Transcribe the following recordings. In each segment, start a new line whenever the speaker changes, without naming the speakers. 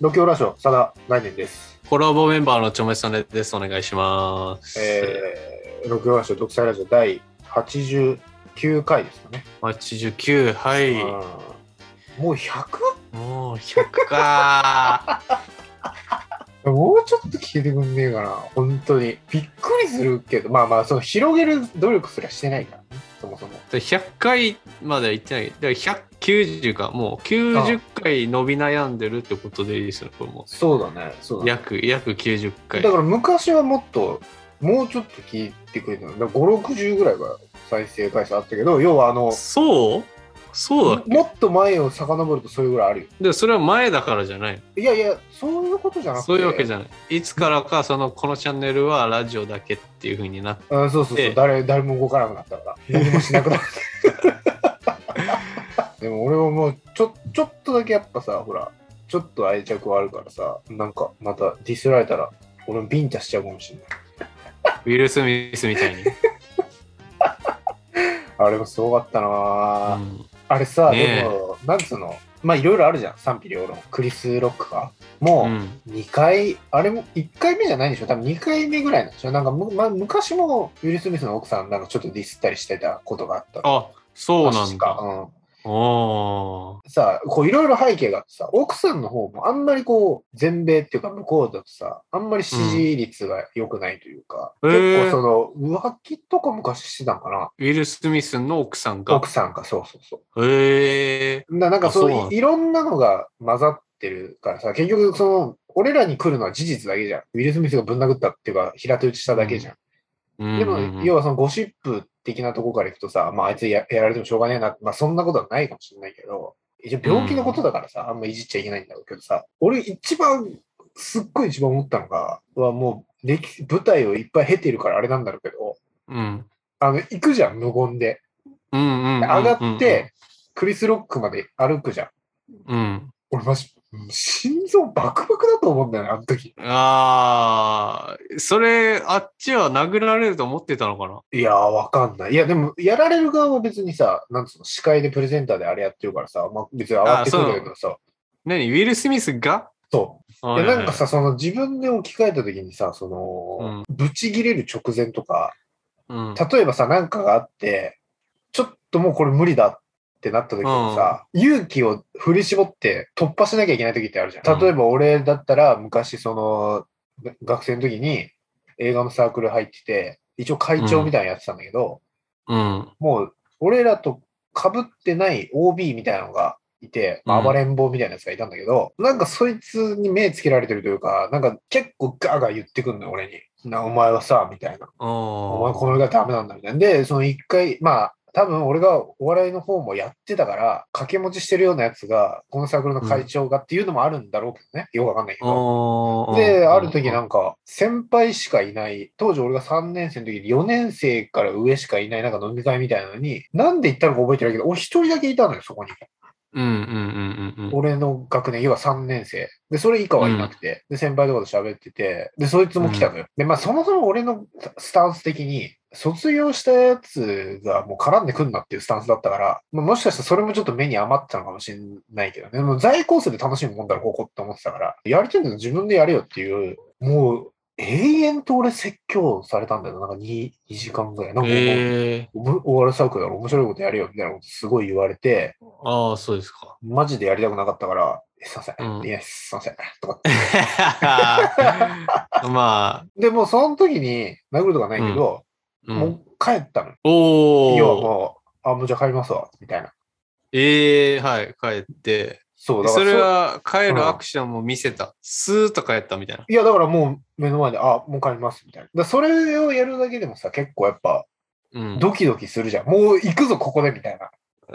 ロキオラショ、さだ来年です。
コラボメンバーのちょめさねです。お願いします。
えー、ロキオラショ独裁ラジオ第89回ですかね。
89、はい。
うんもう 100?
もう100か。
もうちょっと聞いてくんねえかな。本当に。びっくりするけど、まあまあ、その広げる努力すらしてないからね、そもそも。
で100回までは行ってない。だから190か。もう90回伸び悩んでるってことでいいですよ、これも
そうだね、そう
う。約、約90
だ
回。
から昔はもっと、もうちょっと聞いてくれてるだから5、60ぐらいが再生回数あったけど、要はあの、
そうそうだっけ
もっと前を遡るとそれぐらいあるよ。
でそれは前だからじゃない。
いやいや、そういうことじゃなくて。
そういうわけじゃない。いつからか、その、このチャンネルはラジオだけっていうふうになって。
あそうそうそう、
ええ
誰誰も動かなくなった から何もしなくなった でも俺はもうちょちょっとだけやっぱさほらちょっと愛着はあるからさなんかまたディスられたら俺もビンタしちゃうかもしれない
ウィル・スミスみたいに。
あれもすごかったなあ、
うん
あれさ、
ね
で
え
もなんつうのまあいろいろあるじゃん賛否両論クリス・ロックかもう、
うん
2回、あれも1回目じゃないでしょ、多分2回目ぐらいなんでしょ、なんかむ、ま昔もウィル・スミスの奥さん、なんかちょっとディスったりしてたことがあった。
あ、そうなん
確か
だ。
うん
おー
さあ、こういろいろ背景があってさ、奥さんの方もあんまりこう、全米っていうか向こうだとさ、あんまり支持率が良くないというか、
うん
結構その、浮気とか昔してたんかな、
ウィル・スミスの奥さんが
奥。さんか、そうそうそう。
へえ
ななんか
あそ
そうう
なんだ
いいろんなのが混ざってるからさ、結局その、俺らに来るのは事実だけじゃん。ウィル・スミスがぶん殴ったっていうか、平手打ちしただけじゃん。
ー。
で
うんうんう
も、
ん
要はそのゴシップ的なとこからいくとさ、まあ、あいつややられてもしょうがねえな、まあ、そんなことはないかもしれないけど、一応病気のことだからさ、あんまいじっちゃいけないんだろうけどさ、俺一番、すっごい一番思ったのが、はもう歴史、舞台をいっぱい経ているからあれなんだろうけど、
うん。
あの、行くじゃん、無言で。
うんうんうんうん。
で上がって、クリス・ロックまで歩くじゃん。
うん。
俺マジ、心臓バクバクだと思うんだよね、あの時。
ああ、それ、あっちは殴られると思ってたのかない
やー、わかんない。いや、でも、やられる側は別にさ、なんつうの、司会でプレゼンターであれやってるからさ、まあ、別に慌ててくるけどさ、
何ウィル・スミスが
そう。
はい
や、
いはい
なんかさ、その自分で置き換えた時にさ、その、ブチ切れる直前とか、
うん
例えばさ、なんかがあって、ちょっともうこれ無理だってなった時にさ、勇気を振り絞って突破しなきゃいけない時ってあるじゃ。
うんん
例えば俺だったら昔その、が学生の時に映画のサークル入ってて、一応会長みたいなのやってたんだけど、
うん。
もう俺らと被ってない OB みたいなのがいて、まあ
うん
暴れん坊みたいなやつがいたんだけど、なんかそいつに目つけられてるというか、なんか結構ガーガー言ってくんのよ、俺に。な、お前はさ、みたいな。お前
お
これがダメなんだみたいな。で、その一回、まあ、多分俺がお笑いの方もやってたから、掛け持ちしてるようなやつが、このサークルの会長がっていうのもあるんだろうけどね。よくわかんないけど。
お
で、ある時な
なん
か、先輩しかいない、当時俺が3年生の時に4年生から上しかいないなんか飲み会みたいなのに、なんで行ったのか覚えてないけど、俺一人だけいたのよ、そこに。
うんうんうんうんうん。
俺の学年、要は3年生。で、それ以下はいなくて、で、先輩とかと喋ってて、で、そいつも来たのよ。で、まあ、そもそも俺のスタンス的に、卒業したやつがもう絡んでくんなっていうスタンスだったから、まあ、もしかしたらそれもちょっと目に余ってたのかもしれないけどね。でも在校生で楽しむもんだろ、ここって思ってたから、やりてんだよ、自分でやれよっていう、もう、永遠と俺説教されたんだよ。なんか 2, 2時間ぐらい。なんかもう、
え
お笑いサークルだろ、面白いことやれよ、みたいなことすごい言われて、
ー、ああ、そうですか。
マジでやりたくなかったから、えすいません、
うん
いや、すいません、とかって。
まあ、
で、もうその時に殴るとかないけど、
う
も
ん、
う帰ったの。
お
要は
お。
もう、あ、もうじゃあ帰りますわ、みたいな。
ええはい、帰って。
そう、だか
そ
ら
れ
う
は帰
うん
るアクションも見せた。スーッと帰ったみたいな。
いや、だからもう目の前で、あ、もう帰ります、みたいな。だからそれをやるだけでもさ、結構やっぱ、
うん、
ドキドキするじゃん。もう行くぞ、ここで、みたいな。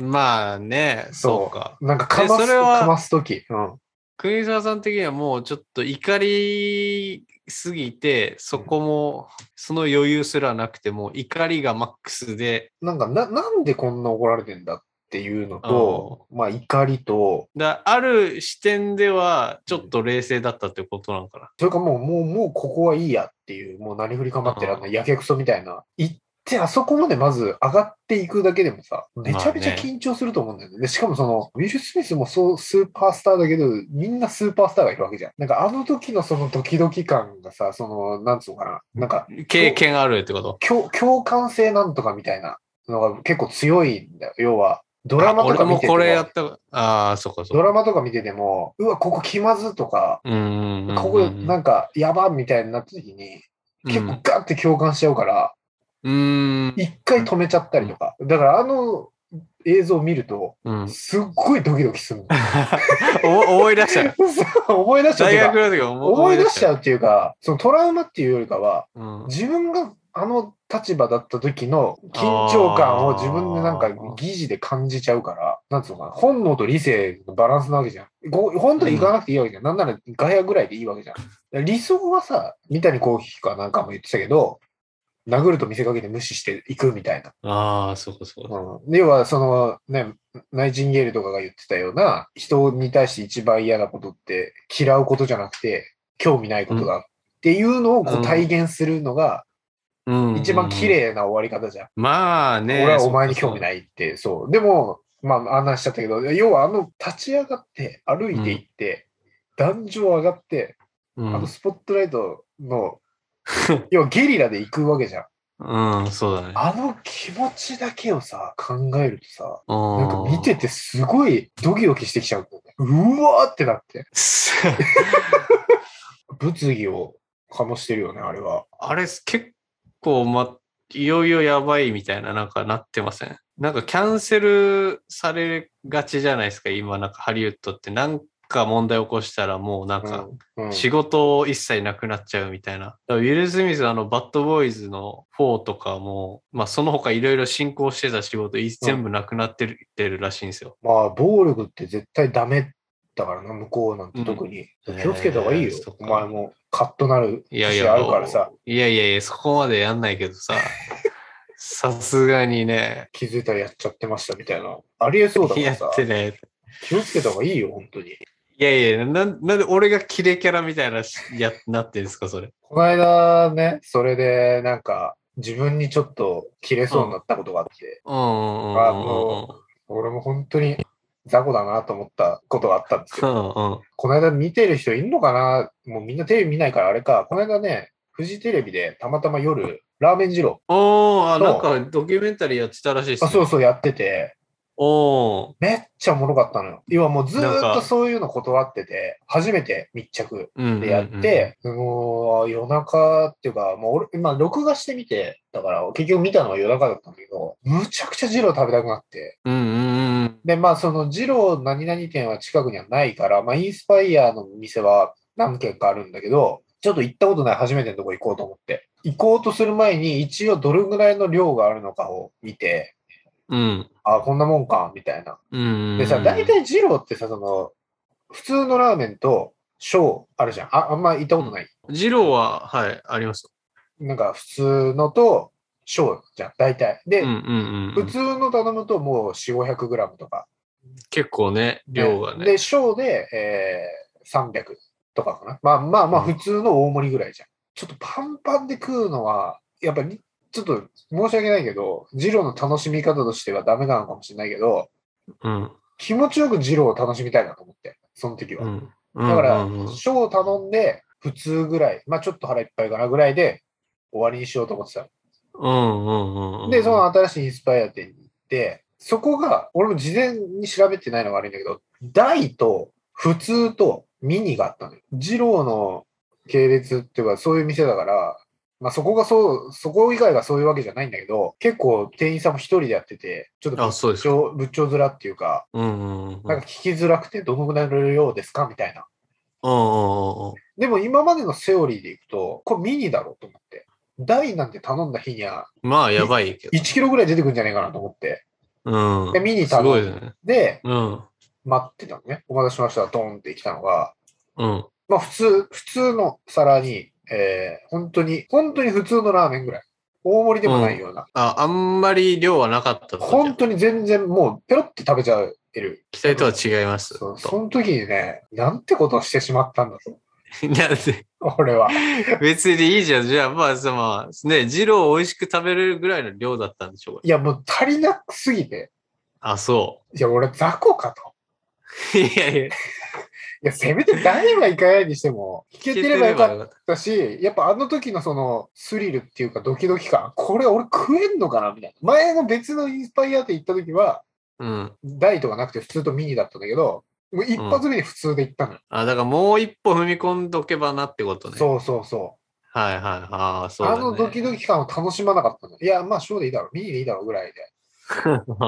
まあね、
そう
そうか。
なんかかます、
えそれは
かます時。うん。
国沢さん的にはもうちょっと怒りすぎて、そこも、その余裕すらなくて、もう怒りがマックスで、
なんかな、なんでこんな怒られてんだっていうのと、まあ、怒りと、
だある視点ではちょっと冷静だったってことなのか
それかもう、もう、もうここはいいやっていう、もう何振り構ってらんない、やけくそみたいな。行ってあそこまでまず上がっていくだけでもさ、めちゃめちゃ
まあ
緊張すると思うんだよね。でしかもその、ウィル・スミスもそうスーパースターだけど、みんなスーパースターがいるわけじゃん。なんかあの時のそのドキドキ感がさ、その、なんつうのかな、なんか
経験あるってこと
共共感性なんとかみたいなのが結構強いんだよ。要は、ドラマと
俺
か見
も
てても
これやった、ああ、そっかそ
ド
っか。
ラマとか見てても、うわ、ここ気まずとか、
うんうんうんうん。
ここなんかやばみたいになった時に、結構ガッて共感しちゃうから、
うん。
一回止めちゃったりとか。だからあの映像を見ると、
うん。 うん
すっごいドキドキするの。
お思い出したよ。
そう思い出しちゃうって
大
いう
学
か。
の時
思い出しち
う。
ゃうっていうか、そのトラウマっていうよりかは、
うん
自分があの立場だった時の緊張感を
あー
自分でなんか疑似で感じちゃうから、なんつうのかな、本能と理性のバランスなわけじゃん。ご本当に行かなくていいわけじゃん。なんならガヤぐらいでいいわけじゃん。理想はさ、三谷幸喜かなんかも言ってたけど、殴ると見せかけて無視していくみたいな。
ああ、そうかそうか。
うん、要は、そのね、ナイチンゲールとかが言ってたような、人に対して一番嫌なことって、嫌うことじゃなくて、興味ないことだっていうのをこ
う
うん体現するのが、
うん
一番綺。麗な終わり方じゃん。
まあね。
俺はお前に興味
い。
ないって、そう。でも、まあ、案内しちゃったけど、要はあの、立ち上がって、歩いていって、壇上上がって、
う
あの、
ん
スポットライト の、要はゲリラで行くわけじゃん。
うん、そうだね。
あの気持ちだけをさ、考えるとさ、
な
なんか見ててすごいドキドキしてきちゃうんだよね。うわーってなって。物議を醸してるよね、あれは。
あれ、結構、ま、いよいよやばいみたいな、なんかなってませんなんかキャンセルされがちじゃないですか、今、なんかハリウッドって、なんか問題起こしたら、もうなんか、
うんうん
仕事一切なくなっちゃうみたいな。だからウィル・スミス、あの、バッドボーイズの4とかも、まあ、その他いろいろ進行してた仕事、い全部なくなってる,、らしいんですよ。
まあ、暴力って絶対ダメだからな、向こうなんて特に。
うん
気をつけた方がいいよ
えーそっ。か
お前もカッとなる
いやい
節
や、
あるからさ、
いやいやいや、そこまでやんないけど さ、さすがにね、
気づいたらやっちゃってましたみたいな。ありえそうだか
や
らさ
っ、てね。
気をつけた方がいいよ、本当に。
いやいや、なんなんで俺がキレキャラみたいなしやなってんですか、それ。
この間ね、それでなんか、自分にちょっと切れそうになったことがあって、
うんうんうんうんうん。
あも俺も本当に雑魚だなと思ったことがあったんですよ。
うんうん。
この間見てる人いるのかなもうみんなテレビ見ないからあれか。この間ね、フジテレビでたまたま夜、ラーメン二郎。
おー、あ、
そう
なんかドキュメンタリーやってたらしいっす、
あ、
ね。
そうそうやってて、
おー。
めっちゃおもろかったのよ。今もうずー
なん
っと
か
そういうの断ってて、初めて密着
うんうんうん
でやって、もう夜中っていうか、もう俺、まあ録画してみて、だから結局見たのは夜中だったんだけど、むちゃくちゃジロー食べたくなって。
うんうんうん。
で、まあそのジロー何々店は近くにはないから、まあインスパイアの店は何軒かあるんだけど、ちょっと行ったことない初めてのとこ行こうと思って。行こうとする前に一応どれぐらいの量があるのかを見て、
うん。
あ、こんなもんか、みたいな。
うんうんうん。
でさ、大体二郎ってさ、その、普通のラーメンと小あるじゃん。ああんま行ったことない。
ジローは、はい、あります。
なんか普通のと小じゃん、大体。で、
うんうんうん。
普通の頼むともう4、500グラムとか。
結構ね、量がね。
で、小で、えー、300とかかな。まあまあまあ
うん
普通の大盛りぐらいじゃん。ちょっとパンパンで食うのは、やっぱり、ちょっと申し訳ないけど、二郎の楽しみ方としてはダメなのかもしれないけど、
うん。
気持ちよく二郎を楽しみたいなと思って、その時は。
うん。
だから
うんうん、うん
賞を頼んで、普通ぐらい、まあちょっと腹いっぱいかなぐらいで終わりにしようと思ってた
うんうんうんう
の。
ん。
で、その新しいインスパイア店に行って、そこが、俺も事前に調べてないのが悪いんだけど、大と普通とミニがあったのよ。二郎の系列っていうか、そういう店だから、まあそこがそう、そこ以外がそういうわけじゃないんだけど、結構店員さんも一人でやってて、ちょっと
あ、そうで
仏
すか。
頂仏頂面っていうか、
うんうんうんうん。
なんか聞きづらくてどのぐらいの量ですかみたいな。
うんうんうんうん。
でも今までのセオリーでいくと、これミニだろうと思って。大なんて頼んだ日には、
まあ、やばいけど。
1キロぐらい出てくるんじゃないかなと思って。
うん
で、。ミニ
す
頼
ごい
ん
ね。
で、
うん。
待ってたのね。お待たせしました。ドーンって来たのが、
うん。
まあ普通、普通の皿に、えー、本当に、本当に普通のラーメンぐらい。大盛りでもないような。
あ、あんまり量はなかったと。
本当に全然もう、ペロって食べちゃえる。
期待とは違います。
そうその時にね、なんてことをしてしまったんだと。
だって
俺は。
別にいいじゃん。じゃあ、まあ、その、ね、ジローを美味しく食べれるぐらいの量だったんでしょうか
いや、もう足りなすぎて。
あ、そ
いや、俺雑魚かと。
う。 いやいや、
いや、せめて大はいかないにしても、聞けてればよかっ
かった。
たし、やっぱあの時のそのスリルっていうかドキドキ感、これ俺食えんのかなみたいな。前の別のインスパイアって行った時は、
うん。
大とかなくて普通とミニだったんだけど、もう一発目に普通で行ったのよ。
あ、だからもう一歩踏み込んどけばなってことね。う。
そうそうそう。
はいはい。ああ、そうだ、
あ
ね。
のドキドキ感を楽しまなかったの。いや、まあ、ショーでいいだろう、ミニでいいだろうぐらいで。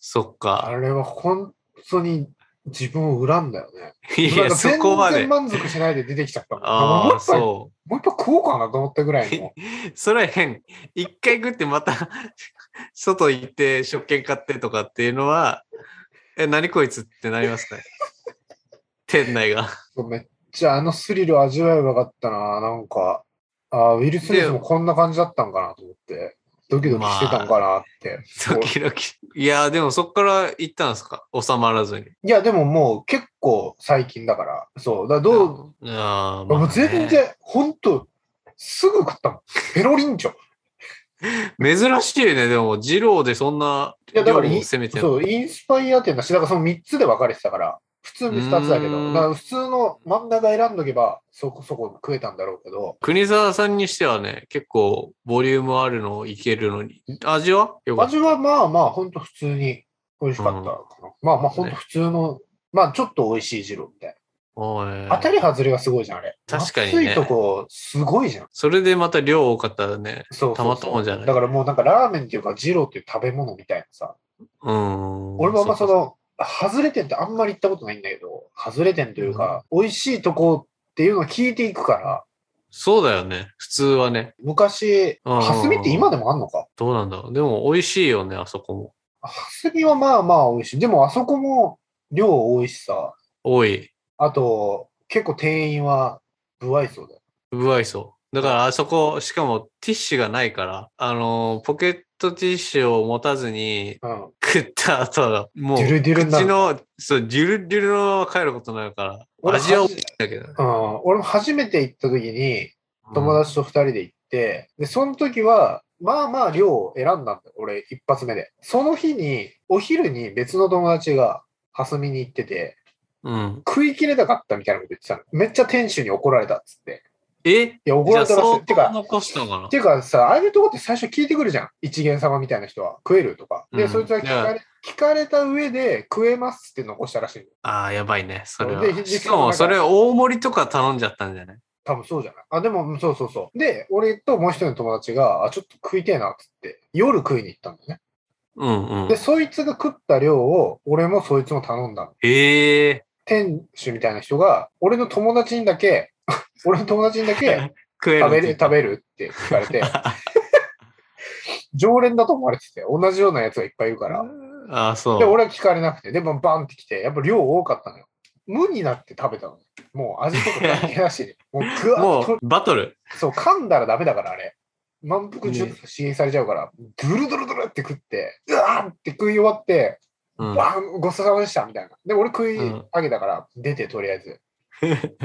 そっ
あ
か。
れは本当に自分を恨んだよね。
い
なん
や、
か
そこま
全然。
で
満足しないで出てきちゃったもんも
あ
う
あ、
一杯、も
そう
一杯食おうかなと思ったぐらいの。
う。それは変。一回食ってまた、 外行って食券買ってとかっていうのは、え、何こいつってな りますね。店内が。
めっちゃあのスリル味わえばよかったな、なんか。あーウィル・スミスもこんな感じだったんかなと思って、ドキドキしてたんかなって。
ドキドキ。いや、でもそっから行ったんですか収まらずに。
いや、でももう結構最近だから、そう。だからどう、
うああ、まあ
もう
ね
全。然、ほんと、すぐ食ったもん。ペロリンチョ。
珍しいね。でも、二郎でそんな、
いやだからい
攻めてんの
そう、インスパイアっていうのは、だからその3つで分かれてたから、普通に2つだけ
うー
ど、
ん
だから普通の真ん中選んどけば、そこそこ食えたんだろうけど、
国沢さんにしてはね、結構ボリュームあるのいけるのに。味はよかった。
味はまあまあ、ほんと普通に美味しかったかな。まあまあ、ほんと普通の、まあちょっと美味しい汁みたい
おい
な。当たり外れがすごいじゃん、あれ。
確かに
熱
ね
いとこ、すごいじゃん。
それでまた量多かったらね。
そうそうそう
たまったもんじゃない
だからもうなんかラーメンっていうか、ジローっていう食べ物みたいなさ、
うーん。
俺もあんまそ
っか
の、外れ店ってあんまり行ったことないんだけど、外れ店というか、美味しいとこっていうのを聞いていくから、
そうだよね。普通はね。
昔、
うん
ハスミって今でもあんのか
どうなんだろう。でも美味しいよね、あそこも。
ハスミはまあまあ美味しい。でもあそこも量多いしさ、
多い。
あと、結構店員は不愛想だよ。
不愛想。だからあそこ、しかもティッシュがないから、あのー、ポケットティッシュを持たずに
うん。
食った後、もう、
デュルデュルにな
口
る
の、そう、デュルデュルのまま帰ることになるから、
俺
味は美
初
味しいんだけどね。
うん、俺も初めて行った時に、友
うん
達と二人で行って、で、その時は、まあまあ量を選んだんだよ。俺、一発目で。その日に、お昼に別の友達が、ハスミに行ってて、
うん。
食い切れなかったみたいなこと言ってたの。めっちゃ店主に怒られたっつって。
え
いや、怒
じ
ら
ゃあ
れたらしい。
相
って
当
か、
残したのかな
っていうかさ、ああいうとこって最初聞いてくるじゃん。一元様みたいな人は。食えるとか。で、
うん
そいつは聞か
い
れ聞かれた上で、食えますって残したらしいの。
ああ、やばいね、それ
で
は。し
実
か
はなん
も、
か
それ大盛りとか頼んじゃったんじゃない
多分そうじゃない。あ、でも、うんそうそうそう。で、俺ともう一人の友達が、あ、ちょっと食いてえなっつって、夜食いに行ったんだよね。
うんうん
で、。そいつが食った量を、俺もそいつも頼んだの。
ええ
店主みたいな人が、俺の友達にだけ、 俺の友達にだけ、
食える
食べれ、食べるって聞かれ て、常連だと思われてて、同じようなやつがいっぱいいるから。
ああ、そう。
で、俺は聞かれなくて、でもバンってきて、やっぱ量多かったのよ。無になって食べたの。もう味とか関係なしに。もうグワッ
も
と
う、バトル。
そう、噛んだらダメだから、あれ。満腹中刺激されちゃうから、ドゥルドゥルドゥルって食って、うわーって食い終わって、
うん。
わーごちそうさまでしたみたいな。で、俺食い
うん
上げたから、出て、とりあえ ず。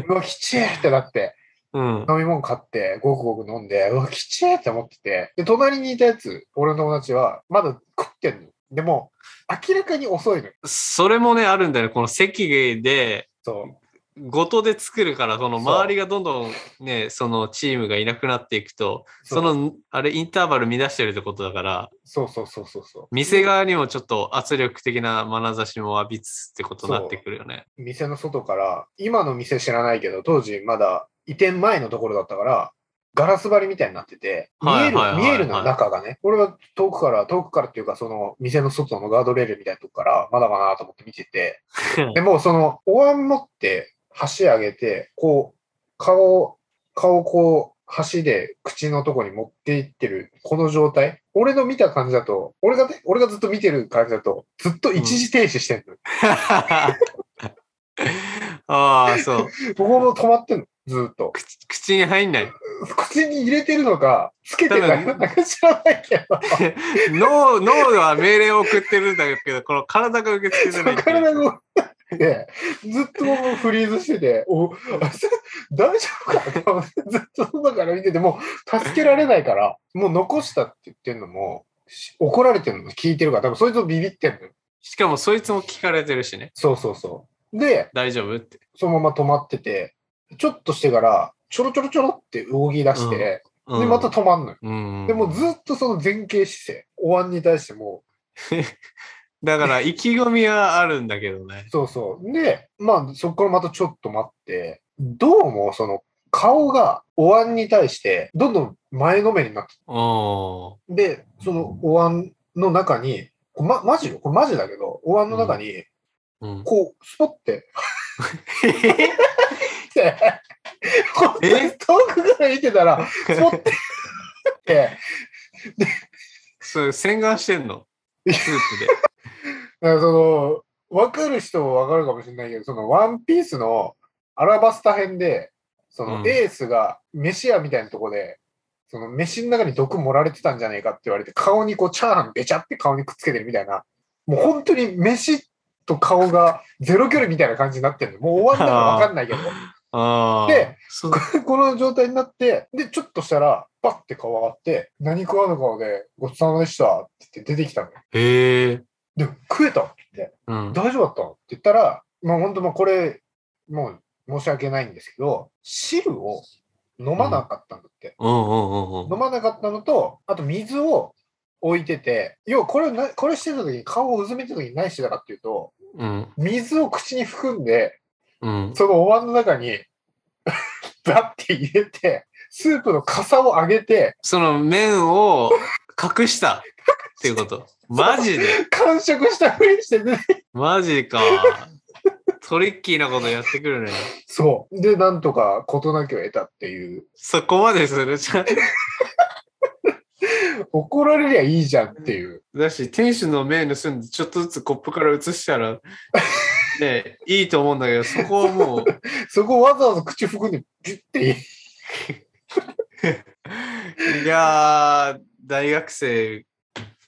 うわ、きちえってなって、
うん。
飲み物買って、ごくごく飲んで、うわ、きちえって思ってて、で、隣にいたやつ、俺の友達は、まだ食ってんの。でも、明らかに遅いのよ。
それもね、あるんだよね。この席で、
そう。
ごとで作るから、その
そう
周りがどんどんね、そのチームがいなくなっていくと、
そ
そうの、あれ、インターバル乱してるってことだから、
そうそうそうそうそう。
店側にもちょっと圧力的な眼差しも浴びつつってことになってくるよね。
店の外から、今の店知らないけど、当時まだ移転前のところだったから、ガラス張りみたいになってて、見
は
え
い
る
はいはいは、い
見えるのよ中がね。俺は遠くから、遠くからっていうか、その店の外のガードレールみたいなとこから、まだかなと思って見て て、でもうその、お椀持って、箸上げて、こう、顔、顔こう、箸で口のとこに持っていってる、この状態。俺の見た感じだと、俺がね、俺がずっと見てる感じだと、ずっと一時停止してんの。
あ あ、そう。
ここも止まってんの、ずーっと。
口口に入んない。
口に入れてるのか、つけてる
多
のか知らないけど、
脳、脳は命令を送ってるんだけど、この体が受け付けてないっていう。
体が動で、ずっとフリーズしてて、お、あそ大丈夫かなずっと外から見てて、もう助けられないから、もう残したって言ってんのも、し怒られてるのも聞いてるから、多分そいつもビビってんのよ。
しかもそいつも聞かれてるしね。
そうそうそう。で、
大丈夫って。
そのまま止まってて、ちょっとしてから、ちょろちょろちょろって動き出して、
うん
で、また、止まんのよ。
うん。
でもうずっとその前傾姿勢、お椀に対しても、
だから意気込みはあるんだけどね。
そうそう。で、まあ、そこからまたちょっと待って、どうも、その、顔がお椀に対して、どんどん前のめりになって、
お
で、そのお椀の中に、これま、マジよ、これマジだけど、お椀の中に、
ーうん。
こう、スポって、でこう
え
遠くから見てたら、スポ って、で
それ洗顔してんのスープで。
だからその、わかる人もわかるかもしれないけど、そのワンピースのアラバスタ編で、そ
うん
のエースが飯屋みたいなとこで、その飯の中に毒盛られてたんじゃないかって言われて、顔にこうチャーハンべちゃって顔にくっつけてるみたいな、もう本当に飯と顔がゼロ距離みたいな感じになってるの。もう終わんだからわかんないけど。
ああ。
で
そ、
この状態になって、で、ちょっとしたら、パッて顔上がって、何食わぬ顔で、ごちそうさまでしたって言って出てきたのよ。
へえ。
で、食えたって。
うん。
大丈夫だったのって言ったら、まあ本当、まあこれ、もう申し訳ないんですけど、汁を飲まなかったんだって。
うんうんうんうん。
飲まなかったのと、あと水を置いてて、要はこれをな、これしてた時に顔をうずめてた時に何してたかっていうと、
うん。
水を口に含んで、
うん。
そのお椀の中に、 バッて入れて、スープの傘を上げて、
その麺を隠したっていう こと。マジで
完食したふりしてね。
マジか。トリッキーなことやってくるね。
そう。で、なんとか事なきを得たっていう
そこまでするじゃん。
怒られりゃいいじゃんっていう。
だし、店主の麺盗んでちょっとずつコップから移した ら、ね、いいと思うんだけど、そこはも う、
そこわざわざ口含んで、ギュッて。
いやー、大学生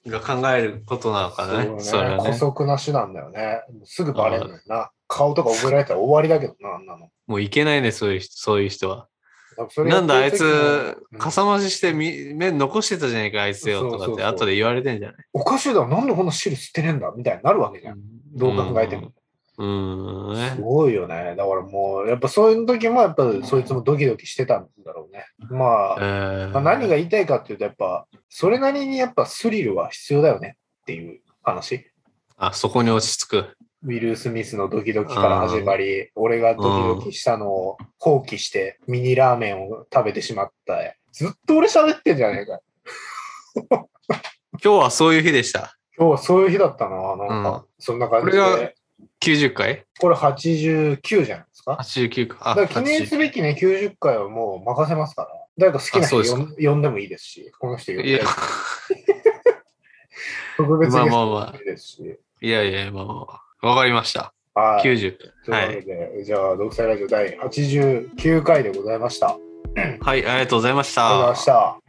が考えることなのかなね。そ
そう
れ
ね。
は
姑
ね。
息なしなんだよね。すぐバレるのよな。顔とか覚えられたら終わりだけどな、あんなの。
もういけないね、そういう人そういう人は。
多分それや
な
っ
ん
て
だ
る
あいつ
時、も
かさ増ししてみ麺残してたじゃないか、あいつよ、と
そ
か
うそ
っ
う
て、
そう
後で言われてんじゃない
おかしいだろ、なんでこんな汁吸ってねえんだみたいになるわけじゃん。どう考えても。
うん。うん
す
ね。
ごいよね。だからもう、やっぱそういう時も、やっぱそいつもドキドキしてたんだろうね。まあ、まあ何
が
が言いたいかっていうと、やっぱ、それなりにやっぱスリルは必要だよねっていう話。
あ、そこに落ち着く。
ウィル・スミスのドキドキから始まり、俺がドキドキしたのを放棄して、ミニラーメンを食べてしまった。ずっと俺喋ってんじゃねえか。
今日はそういう日でした。
今日はそういう日だったな、なんか。
うん
そんな感じ
これが
で。
90回
これ89じゃないですか。
?89 回。あ
だから記念すべきね、90回はもう任せますから。誰か好きな人
あそう
よん呼んでもいいですし、この人呼ん
いや
で、特別ゲスト
まあまあま
もいいですし。
いやいや、まあまあ、わかりました。
はい。
90
というわけで、じゃあ、独裁ラジオ第89回でございました。あり
はい、ありがとうございました。
がとうございました。